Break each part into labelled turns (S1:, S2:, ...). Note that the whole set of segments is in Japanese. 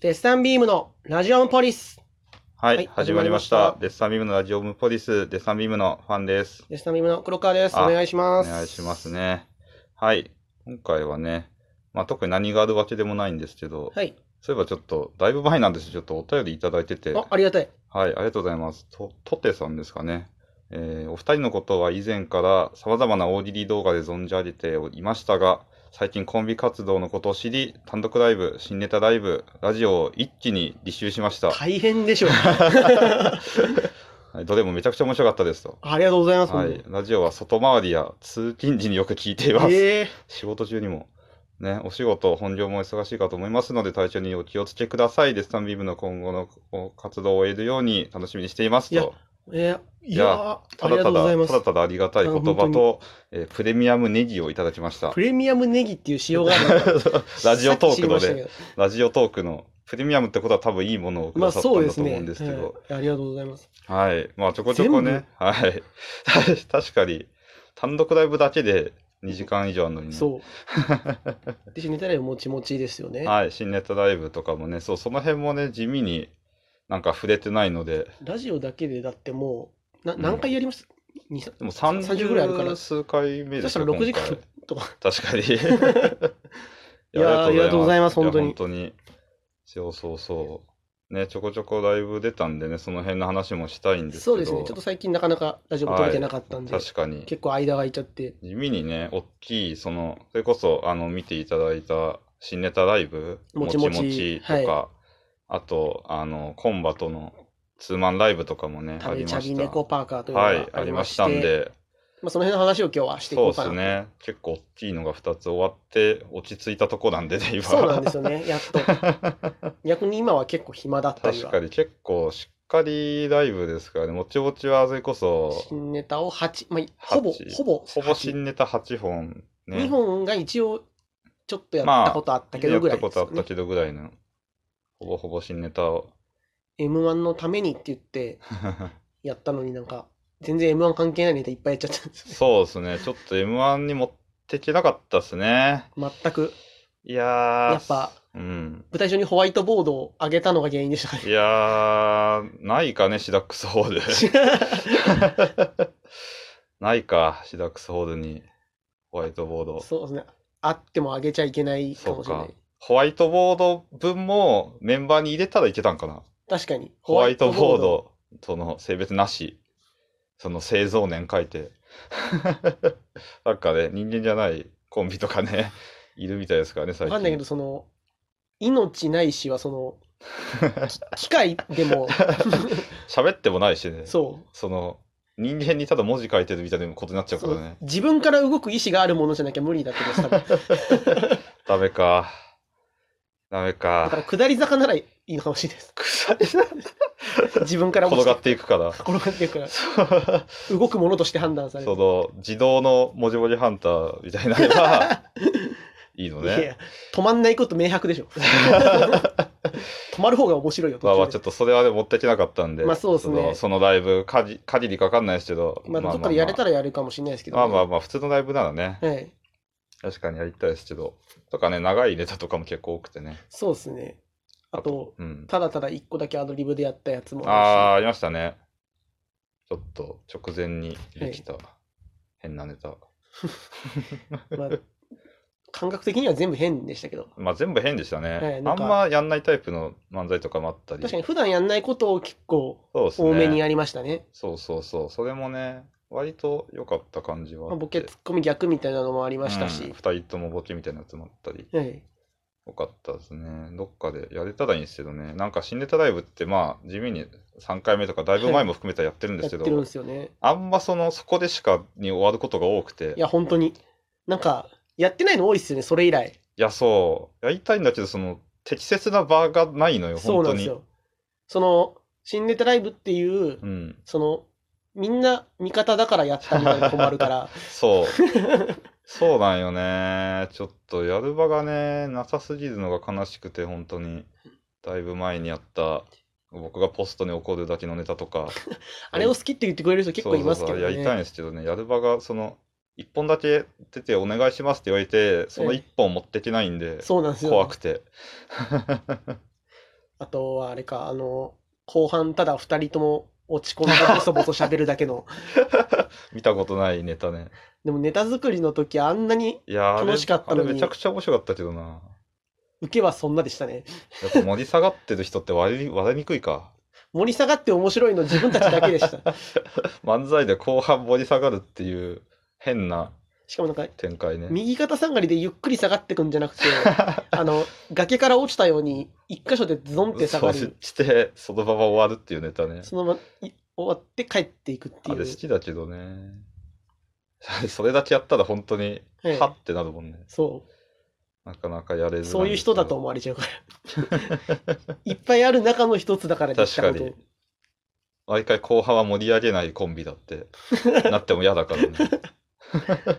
S1: デスタンビームのラジオンポリス。
S2: はい、
S1: はい
S2: 始まりまし
S1: 始まりま
S2: た
S1: し。た
S2: デッサンビームのラジオムポリス、デッサンビームのファンです。
S1: デスタンビームの黒川です。お
S2: あ
S1: 願いし
S2: お
S1: ます。
S2: 願いします。ね。はい、今回はね、まあ、特に何があるわけでもないんですけど、
S1: はい。
S2: そういえばちょっと、だいぶ前なんですけどちょっとお便りいただいてて、
S1: あ
S2: はい、、
S1: ありがたい。
S2: ありがとうございます。と、とてさんですかね。えーお二人のことは以前から様々な大喜利動画で存じ上げていましたが、最近コンビ活動のことを知り、単独ライブ、新ネタライブ、ラジオを一気に履修しました。
S1: 大変でしょ う。
S2: はいどれもめちゃくちゃ面白かったですと。
S1: ありがとうございます。
S2: はい、ラジオは外回りや通勤時によく聞いていま
S1: 本当
S2: す。
S1: にえ
S2: 仕事中にも。ね、お仕事、本業も忙しいかと思いますので、体調にお気をつけください。デスタンビームの今後のお活動を得るように楽しみにしています
S1: いや
S2: と。
S1: ー、えー、い
S2: い
S1: や
S2: や
S1: ー、あ
S2: た
S1: りがと
S2: だた
S1: うござい
S2: だ、
S1: ま
S2: た
S1: す
S2: だ。ただありがたい言
S1: いや
S2: 葉
S1: 本
S2: と、えープレミアムネギをいただきま した
S1: プ。レミアムネギっていう仕様があるのか
S2: ラジオトークのね
S1: さっき知りましたけど
S2: ラジオトークのプレミアムってことは多分いいものをく
S1: ま
S2: だ
S1: あ
S2: さったんだ
S1: そうで
S2: と
S1: す
S2: 思う
S1: ね
S2: んですけど。
S1: はいありがとうございます。
S2: はい。まあ、ちょこちょこね。はい。 確かに、単独ライブだけで2時間以上あるのにね。
S1: そう。で、死にたらもちもちですよね。
S2: はい。新ネタライブとかもね、そう、その辺もね、地味になんか触れてないので、
S1: ラジオだけでだってもう、な
S2: うん
S1: 何回やりました、二三
S2: でも
S1: 30ぐらいあるから
S2: 30数回目で
S1: そし
S2: す
S1: た
S2: よ
S1: ら6時間
S2: 今回
S1: とか。
S2: 確かに。
S1: いやーありがとうございます
S2: や
S1: 本当に
S2: 本当に。そうそうそう。ね、ちょこちょこライブ出たんでね、その辺の話もしたいんですけど。
S1: そうですね。ちょっと最近なかなかラジオも撮れてなかったんで、
S2: 確かに。
S1: 結構間が空いちゃって。
S2: 地味にね、大きい、その、それこそ、あの、見ていただいた新ネタライブ、
S1: もちもち
S2: とか、あと、あの、コンバとのツーマンライブとかもね、あ
S1: 食べ
S2: り
S1: チャ
S2: ま
S1: ギ
S2: し
S1: 猫
S2: た。
S1: パーカーというの
S2: はい、
S1: が
S2: あ
S1: あ
S2: り
S1: り
S2: ま
S1: ま
S2: し
S1: したて、
S2: んで、
S1: まあ、その辺の話を今日はしてい
S2: そ
S1: こう
S2: うで
S1: かな。
S2: すね、結構大きいのが2つ終わって、落ち着いたとこなんでね、今。
S1: そうなんです よね、やっと。逆に今は結構暇だったり
S2: 確か
S1: は。
S2: に結構しっかりライブですからね、もちもちはそれこそ、
S1: 新ネタを8、まあ、
S2: 八
S1: ほぼ、ほぼ、
S2: ほぼ新ネタ8本、ね。
S1: 2本が一応、ちょっとやったことあったけどぐらい
S2: や
S1: で
S2: っ
S1: す
S2: たこ
S1: よ
S2: とあ
S1: ね
S2: った。けどぐらいの、ほぼほぼ新ネタを。
S1: M1 のためにって言ってやったのになんか、全然 M1 関係ないネタいっぱいやっちゃったんですよ
S2: そうですね、ちょっと M1 に持ってきなかったですね。
S1: ね。全く、
S2: いやー、
S1: やっぱ、
S2: うん。
S1: 舞台上にホワイトボードを上げたのが原因でしたね
S2: いやー、ないかね、シダックスホー ル。ないか、シダックスホールにホワイトボード。
S1: そうですね。あってもあげちゃいけないかもしれな
S2: そ。
S1: いう
S2: ホワイトボード分もメンバーに入れたらいけたんかな。
S1: 確かに。
S2: ホワイトボー。ド、その性別なし、その製造年書いて。 なんかね、人間じゃないコンビとかね、 いるみたいですからね、最
S1: わ
S2: 近。
S1: かんないけど、その、命ないしは、そ の、き機械でも、
S2: 喋ってもないしね。
S1: そう
S2: その、人間にただ文字書いてるみたいなことになっちゃうか
S1: そ
S2: ら
S1: う
S2: ね。
S1: 自分から動く意思があるものじゃなきゃ無理だってことです多 分
S2: ダメか。ダメ
S1: だか
S2: か。
S1: ら、下り坂ならいいのかもしれない です。自分から
S2: 転が
S1: て
S2: っていくから。
S1: 転がっていくから、動くものとして判断され
S2: そ
S1: る。
S2: の、自動の文字文字ハンターみたいな のがいいの
S1: いやい
S2: ね。
S1: や、止まんないこと明白 でしょ。止まる方が面白いよ、
S2: まあまあ
S1: 途
S2: ちょ
S1: 中
S2: っとそれはね持ってきなかったんで、
S1: まあそうですね
S2: のそのライブかじ限りかかんないですけど、
S1: でまあ、どっかでやれた
S2: ら、
S1: らやるかもしれないですけど、
S2: まあまあまあ普通のライブならね、
S1: はい。
S2: 確かにやりたいですけど、とかね長いネタとかも結構多くてね。
S1: そうですね。あと、
S2: うん。
S1: ただただ一個だけアドリブでやったやつも
S2: ああ
S1: あ
S2: ーありましたね。ちょっと直前にできた変なネタ。
S1: るし、まあ、感覚的には全部変でしたけど、
S2: まあ全部変でしたね。
S1: はいな
S2: あ
S1: ん
S2: ん
S1: か
S2: まやんないタイプの漫才とかもあったり。
S1: 確かに普段やんないことを結構
S2: そうですね。
S1: 多めにやりましたね。
S2: そうそうそう。それもね割と良かった感じは
S1: まあ、
S2: あって。
S1: ボケツッコミ逆みたいなのもありました
S2: うん
S1: し
S2: 二、人ともボケみたいなやつもあったり。
S1: はい、
S2: よかったですね。どっかでやれたらいいんですけどね。なんか新ネタライブってまあ地味に3回目とかだいぶ前も含めたらやってるんで
S1: やっ
S2: す
S1: て
S2: けど、
S1: るんですよね。
S2: あんまそのそこでしかに終わることが多くて。い
S1: い
S2: や、
S1: や、本当に。なんか、やってないの多いっすよね、それ以来。
S2: そう。やりたいんだけど、その適切な場がないのよ、
S1: そう
S2: 本
S1: な
S2: 当
S1: んです
S2: に。
S1: よ。その、新ネタライブっていう、
S2: うん。
S1: その、みんな味方だからやったみたいな困る から、
S2: そう。そうなんよね。ちょっとやる場がね、なさすぎるのが悲しくて、本当に。だいぶ前にやった、僕がポストに怒るだけのネタとか。
S1: あれを好きって言ってくれる人結構いますけど
S2: そうそうそうやりたいん
S1: ね。
S2: ですけどね、やる場が、その、1本だけ出てお願いしますって言われて、その1本持ってけないんで、
S1: そうなんですよ。
S2: 怖くて。
S1: あとはあれか、あの、後半ただ二人とも落ち込んでボソボソ喋るだけの。
S2: 見たことないネタね。
S1: でもネタ作りの時あんなに
S2: いやーあれ
S1: 楽しかったのに
S2: あれめちゃくちゃ面白かったけどな。
S1: 受けはそんなでしたね。
S2: やっぱ盛り下がってる人って割り 割れにくいか。
S1: 盛り下がって面白いの自分たちだけで した。
S2: 漫才で後半盛り下がるっていう変な
S1: しかもなんか、
S2: 展開ね。
S1: 右肩下がりでゆっくり下がってくんじゃなく て、あの、崖から落ちたように、一箇所でズドンって下がり
S2: そう、して、そのまま終わるっていうネタね。
S1: そのままい終わって帰っていくって
S2: あ
S1: い
S2: れ
S1: う
S2: 好。きだけどね。 それだけやったら本当に、
S1: ええ
S2: はってなるもんね。
S1: そ
S2: なかなかやれず
S1: う。そういう人だと思われちゃうから。 いっぱいある中の一つだからできたこ
S2: 確
S1: と
S2: か。毎回後半は盛り上げないコンビだって なっても嫌だからね。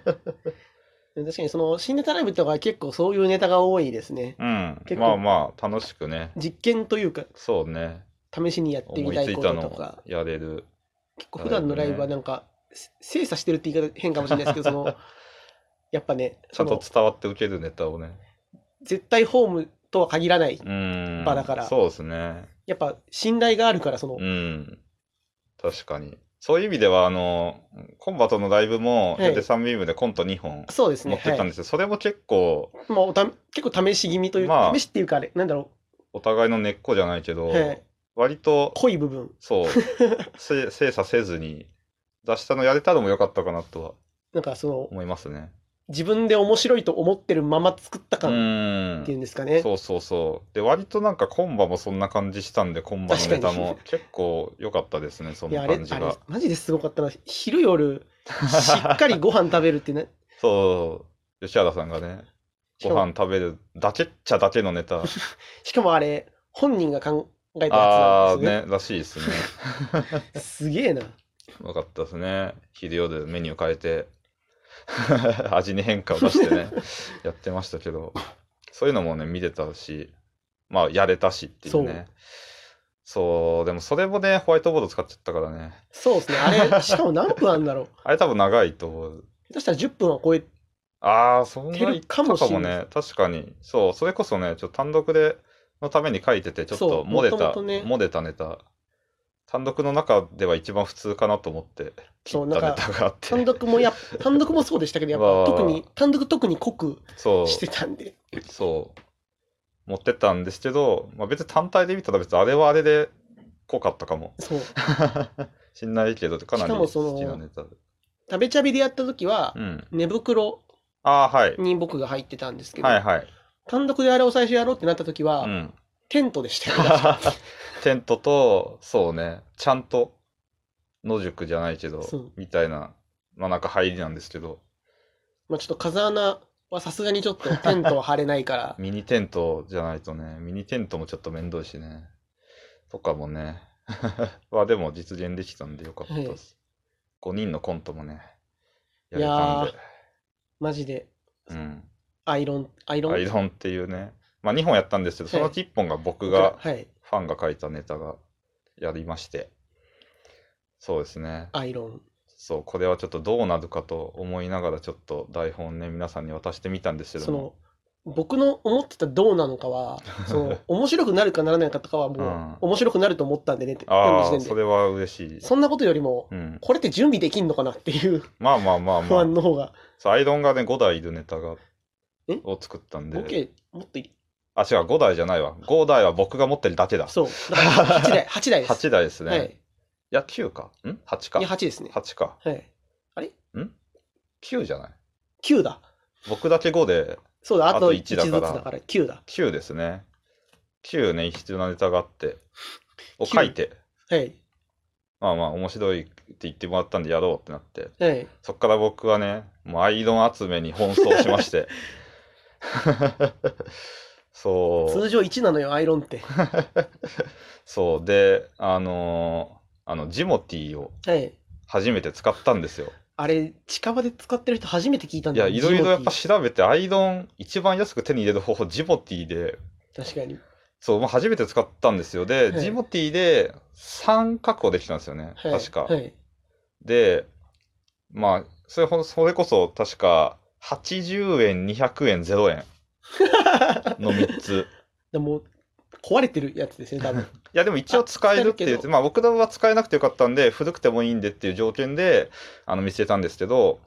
S1: 確かにその新ネタライブとかは結構そういうネタが多いですね。
S2: うん。
S1: 結
S2: まあ
S1: 構
S2: まあ、楽しくね。
S1: 実験というか
S2: そうね。
S1: 試しにやってみ
S2: 思い
S1: た
S2: つ
S1: い
S2: い
S1: こ
S2: た
S1: とと
S2: の
S1: か
S2: やれる。
S1: 結構普段のライブはなんか、せ精査してるって言い方変かもしれないですけどそ のやっぱね
S2: ちゃん
S1: その
S2: と伝わって受けるネタをね。
S1: 絶対ホームとは限らない
S2: うん。
S1: 場だから
S2: そうですね。
S1: やっぱ信頼があるからその、
S2: うん。確かに。そういう意味では、あの、コンバトのライブも、
S1: はい
S2: やって3ビームでコント2本
S1: そうです
S2: 持
S1: ね
S2: ってったん
S1: はい
S2: ですよ。それも結構、
S1: まあおた結構試し気味という、
S2: まあ
S1: 試しっていうかあれなんだろ
S2: お互いの根っこじゃないけ
S1: う、
S2: ど、
S1: はい、
S2: 割と、
S1: 濃い部分
S2: そう、せ精査せずに出したのやれたのも良かったかなとは
S1: なんかその
S2: 思いますね。
S1: 自分で面白いと思ってるまま作った
S2: う
S1: 感
S2: ん
S1: ってい。うんですかね、
S2: そうそうそう。で、割となんかコンバもそんな感じしたんで、コンバのネタも結構良かったですね、そ
S1: いや
S2: の
S1: あれ
S2: 感じ
S1: あれ
S2: が。
S1: マジですごかったな昼夜しっかりご飯食べるって ね
S2: そう、吉原さんがね、
S1: し
S2: ご
S1: かも
S2: 飯食べるだけっちゃだけのネタ。
S1: し かもあれ本人が考えたやつ
S2: あ
S1: な
S2: あ
S1: んですよね
S2: ね、らしいですね。
S1: すげえな
S2: 分かったですね。昼夜メニュー変えて、 味に変化を出し てね、やってましたけど、そういうのもね、見れたし、まあ、やれたしっていうね。そう、でもそれもね、ホワイトボード使っちゃったからね。
S1: そうですねあ れしかも何分あんだろう
S2: あれ多分長いと思う。
S1: 下手したら10分は超え
S2: ああ、そんな
S1: て
S2: い
S1: る
S2: った
S1: か
S2: か
S1: もしれ
S2: も
S1: ない
S2: ね。確かに。そう、それこそね、ちょっと単独で、のために書いてて、ちょっ
S1: そ
S2: と
S1: う
S2: 漏れた、
S1: 元々ね
S2: 漏れたネタ。単独の中では一番普通かなと思って、切
S1: そう
S2: った
S1: なん
S2: ネ
S1: か
S2: タがあって。
S1: 単独もやっ単独もそうでしたけどやっ
S2: わあわあ
S1: ぱ特に単独特に濃く
S2: そう。
S1: してたんで
S2: そう。持ってったんですけど、まあ、別に単体で見たら別にあれはあれで濃かった かも。
S1: そう
S2: しんないけど、かなり
S1: しかもその
S2: 好きなネタで。
S1: 食べちゃびでやった時は
S2: うん。
S1: 寝袋
S2: ああ、はい。
S1: に僕が入ってたんですけど、
S2: はいはい。
S1: 単独であれを最初やろうってなった時は、
S2: うん。
S1: テントでしたよ
S2: テントと、そうね、ちゃんと野宿じゃないけど
S1: そう、
S2: みたいな、まあなんか入りなんですけど、
S1: まあちょっと風穴はさすがにちょっとテントは張れないから
S2: ミニテントじゃないとね、ミニテントもちょっと面倒いしね、とかもね、 はでも実現できたんでよかったです。5人のコントもね、やれたんで、
S1: マジで
S2: うん、
S1: アイロンアイロン
S2: アイロンっていうね、まあ2本やったんですけど、そのうち1本が僕が、
S1: はい
S2: ファンが書いたネタがやりまして、そうですね。
S1: アイロン
S2: そう、これはちょっとどうなるかと思いながら、ちょっと台本ね、皆さんに渡してみたんですけど
S1: そ
S2: も、
S1: の僕の思ってたどうなのか はその面白くなるかならないかとかはもう、
S2: うん
S1: 面白くなると思ったんでねって
S2: あ
S1: 読んだ
S2: あ、
S1: 時
S2: そ
S1: 点で
S2: れは嬉しい。
S1: そんなことよりも
S2: うん、
S1: これって準備できんのかなっていう
S2: まあまあまあ
S1: 不
S2: まあ
S1: 安、の方が、
S2: そうアイロンがね、5台いるネタが
S1: え
S2: を作ったん
S1: ボ
S2: で、
S1: ケもっとい
S2: あ、違う、5台じゃないわ。5台は僕が持ってるだけだ。
S1: そうだから8台 8台です
S2: 8台ですね。、
S1: はいい
S2: や、9か。ん ?8 か
S1: いや。8ですね
S2: 8か。
S1: はい
S2: 9じゃない
S1: 9だ
S2: 僕だけ5で、
S1: そうだあ
S2: あと
S1: と1
S2: 1
S1: ずつ
S2: だから
S1: だから9だ
S2: 9ですね。9ね、必要なネタがあって、を書いて、
S1: はい
S2: まあまあ、面白いって言ってもらったんでやろうってなって、
S1: はい
S2: そっから僕はね、もうアイロン集めに奔走しまして。 そう。
S1: 通常1なのよアイロンって
S2: そう。で、あのーあの、ジモティーを
S1: はい
S2: 初めて使ったんですよ。
S1: あれ近場で使ってる人初めて聞いたん
S2: い
S1: だ
S2: や、
S1: よ
S2: いろいろやっぱ
S1: ジ
S2: 調べて、アイロン一番安く手に入れる方法、ジモティーで、
S1: モティー確かに
S2: そう、まあ、初めて使ったんですよ。で、
S1: はい
S2: ジモティーで3確保できたんですよね。
S1: はい
S2: 確か。
S1: はい
S2: で、まあ、それほんそれこそ確か、80円、200円、0円の3つ。
S1: でも、壊れてるやつですね、多分。
S2: いやでも一応使えるって言
S1: あ使える
S2: っ
S1: け
S2: て、
S1: ど
S2: まあ僕らは使えなくてよかったんで、古くてもいいんでっていう条件で、あの見つけたんですけど、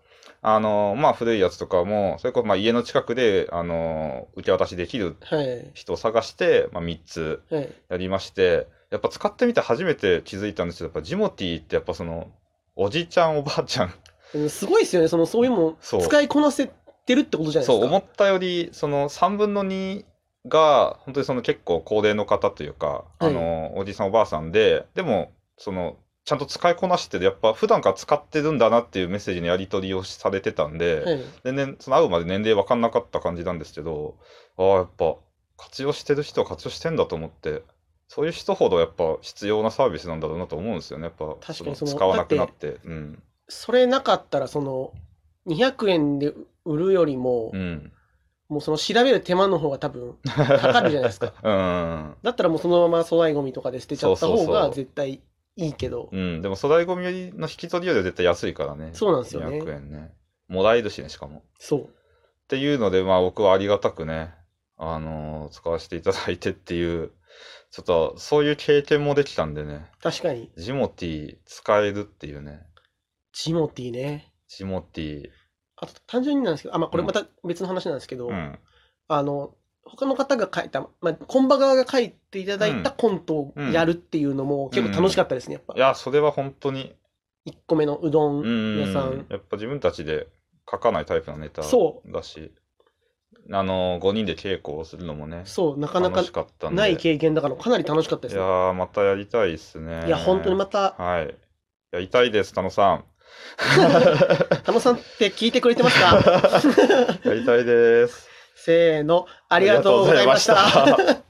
S2: あの、まあ古いやつとかも、それこそまあ家の近くで、あの、受け渡しできる
S1: はい。
S2: 人を探して、まあ3つ
S1: はい。
S2: やりまして、やっぱ使ってみて初めて気づいたんですけど、やっぱジモティーってやっぱその、おじいちゃんおばあちゃん、
S1: うんすごいですよね、そのそういうのも
S2: そう
S1: 使いこなせてるってことじゃないですか。
S2: そう思ったよりその3分の2が本当にその結構高齢の方というか、
S1: はい
S2: あのおじいさんおばあさんででもそのちゃんと使いこなしてるやっぱ普段から使ってるんだなっていうメッセージのやり取りをされてたんで、
S1: はい、
S2: 全然その会うまで年齢分かんなかった感じなんですけどああやっぱ活用してる人は活用してんだと思って。そういう人ほどやっぱ必要なサービスなんだろうなと思うんですよね。やっぱ
S1: 確かにその
S2: 使わなくなって。うん。
S1: それなかったら、その200円で売るよりも、
S2: うん。
S1: もうその調べる手間の方が多 分、かるじゃないですか。
S2: うん。
S1: だったらもうそのまま粗大ごみとかで捨てちゃった
S2: そうそ
S1: 方
S2: うそう
S1: が絶対いいけど、
S2: うん、でも粗大ゴミよりの引き取りよりは絶対安いからね。
S1: そうなんですよね
S2: 200円ね。もらえるしね、しかも。っ
S1: そう。
S2: ていうので、まあ僕はありがたくね、あのー使わせていただいてっていう、ちょっとそういう経験もできたんでね、
S1: 確かに、
S2: ジモティ使えるっていうね、
S1: ジモティね。
S2: ジモティ、
S1: あと単純になんですけど、あ、まあこれ
S2: うん
S1: また別の話なんですけど、
S2: うん、
S1: あの、他の方が書いた、まあ、コンバ側が書いていただいたコントをやるっていうのも結構楽しかったですね、やっぱ
S2: い。や、それは本当に、
S1: 1個目のうど
S2: うんん、
S1: 屋
S2: や
S1: さん。
S2: っぱ自分たちで書かないタイプのネタ
S1: そ
S2: だし、あのー、5人で稽古をするのもね、
S1: そう、なかなか
S2: 楽しかったんで、
S1: ない経験だからかなり楽しかったです
S2: いや
S1: ね。
S2: ー、またやりたいですね。
S1: いや、本当にまた、
S2: はい。やりたいです、田野さん。
S1: 田野さんって聞いてくれてますか
S2: やりたいです。
S1: せーの、ありがとうございまし
S2: ありがとうございま
S1: た。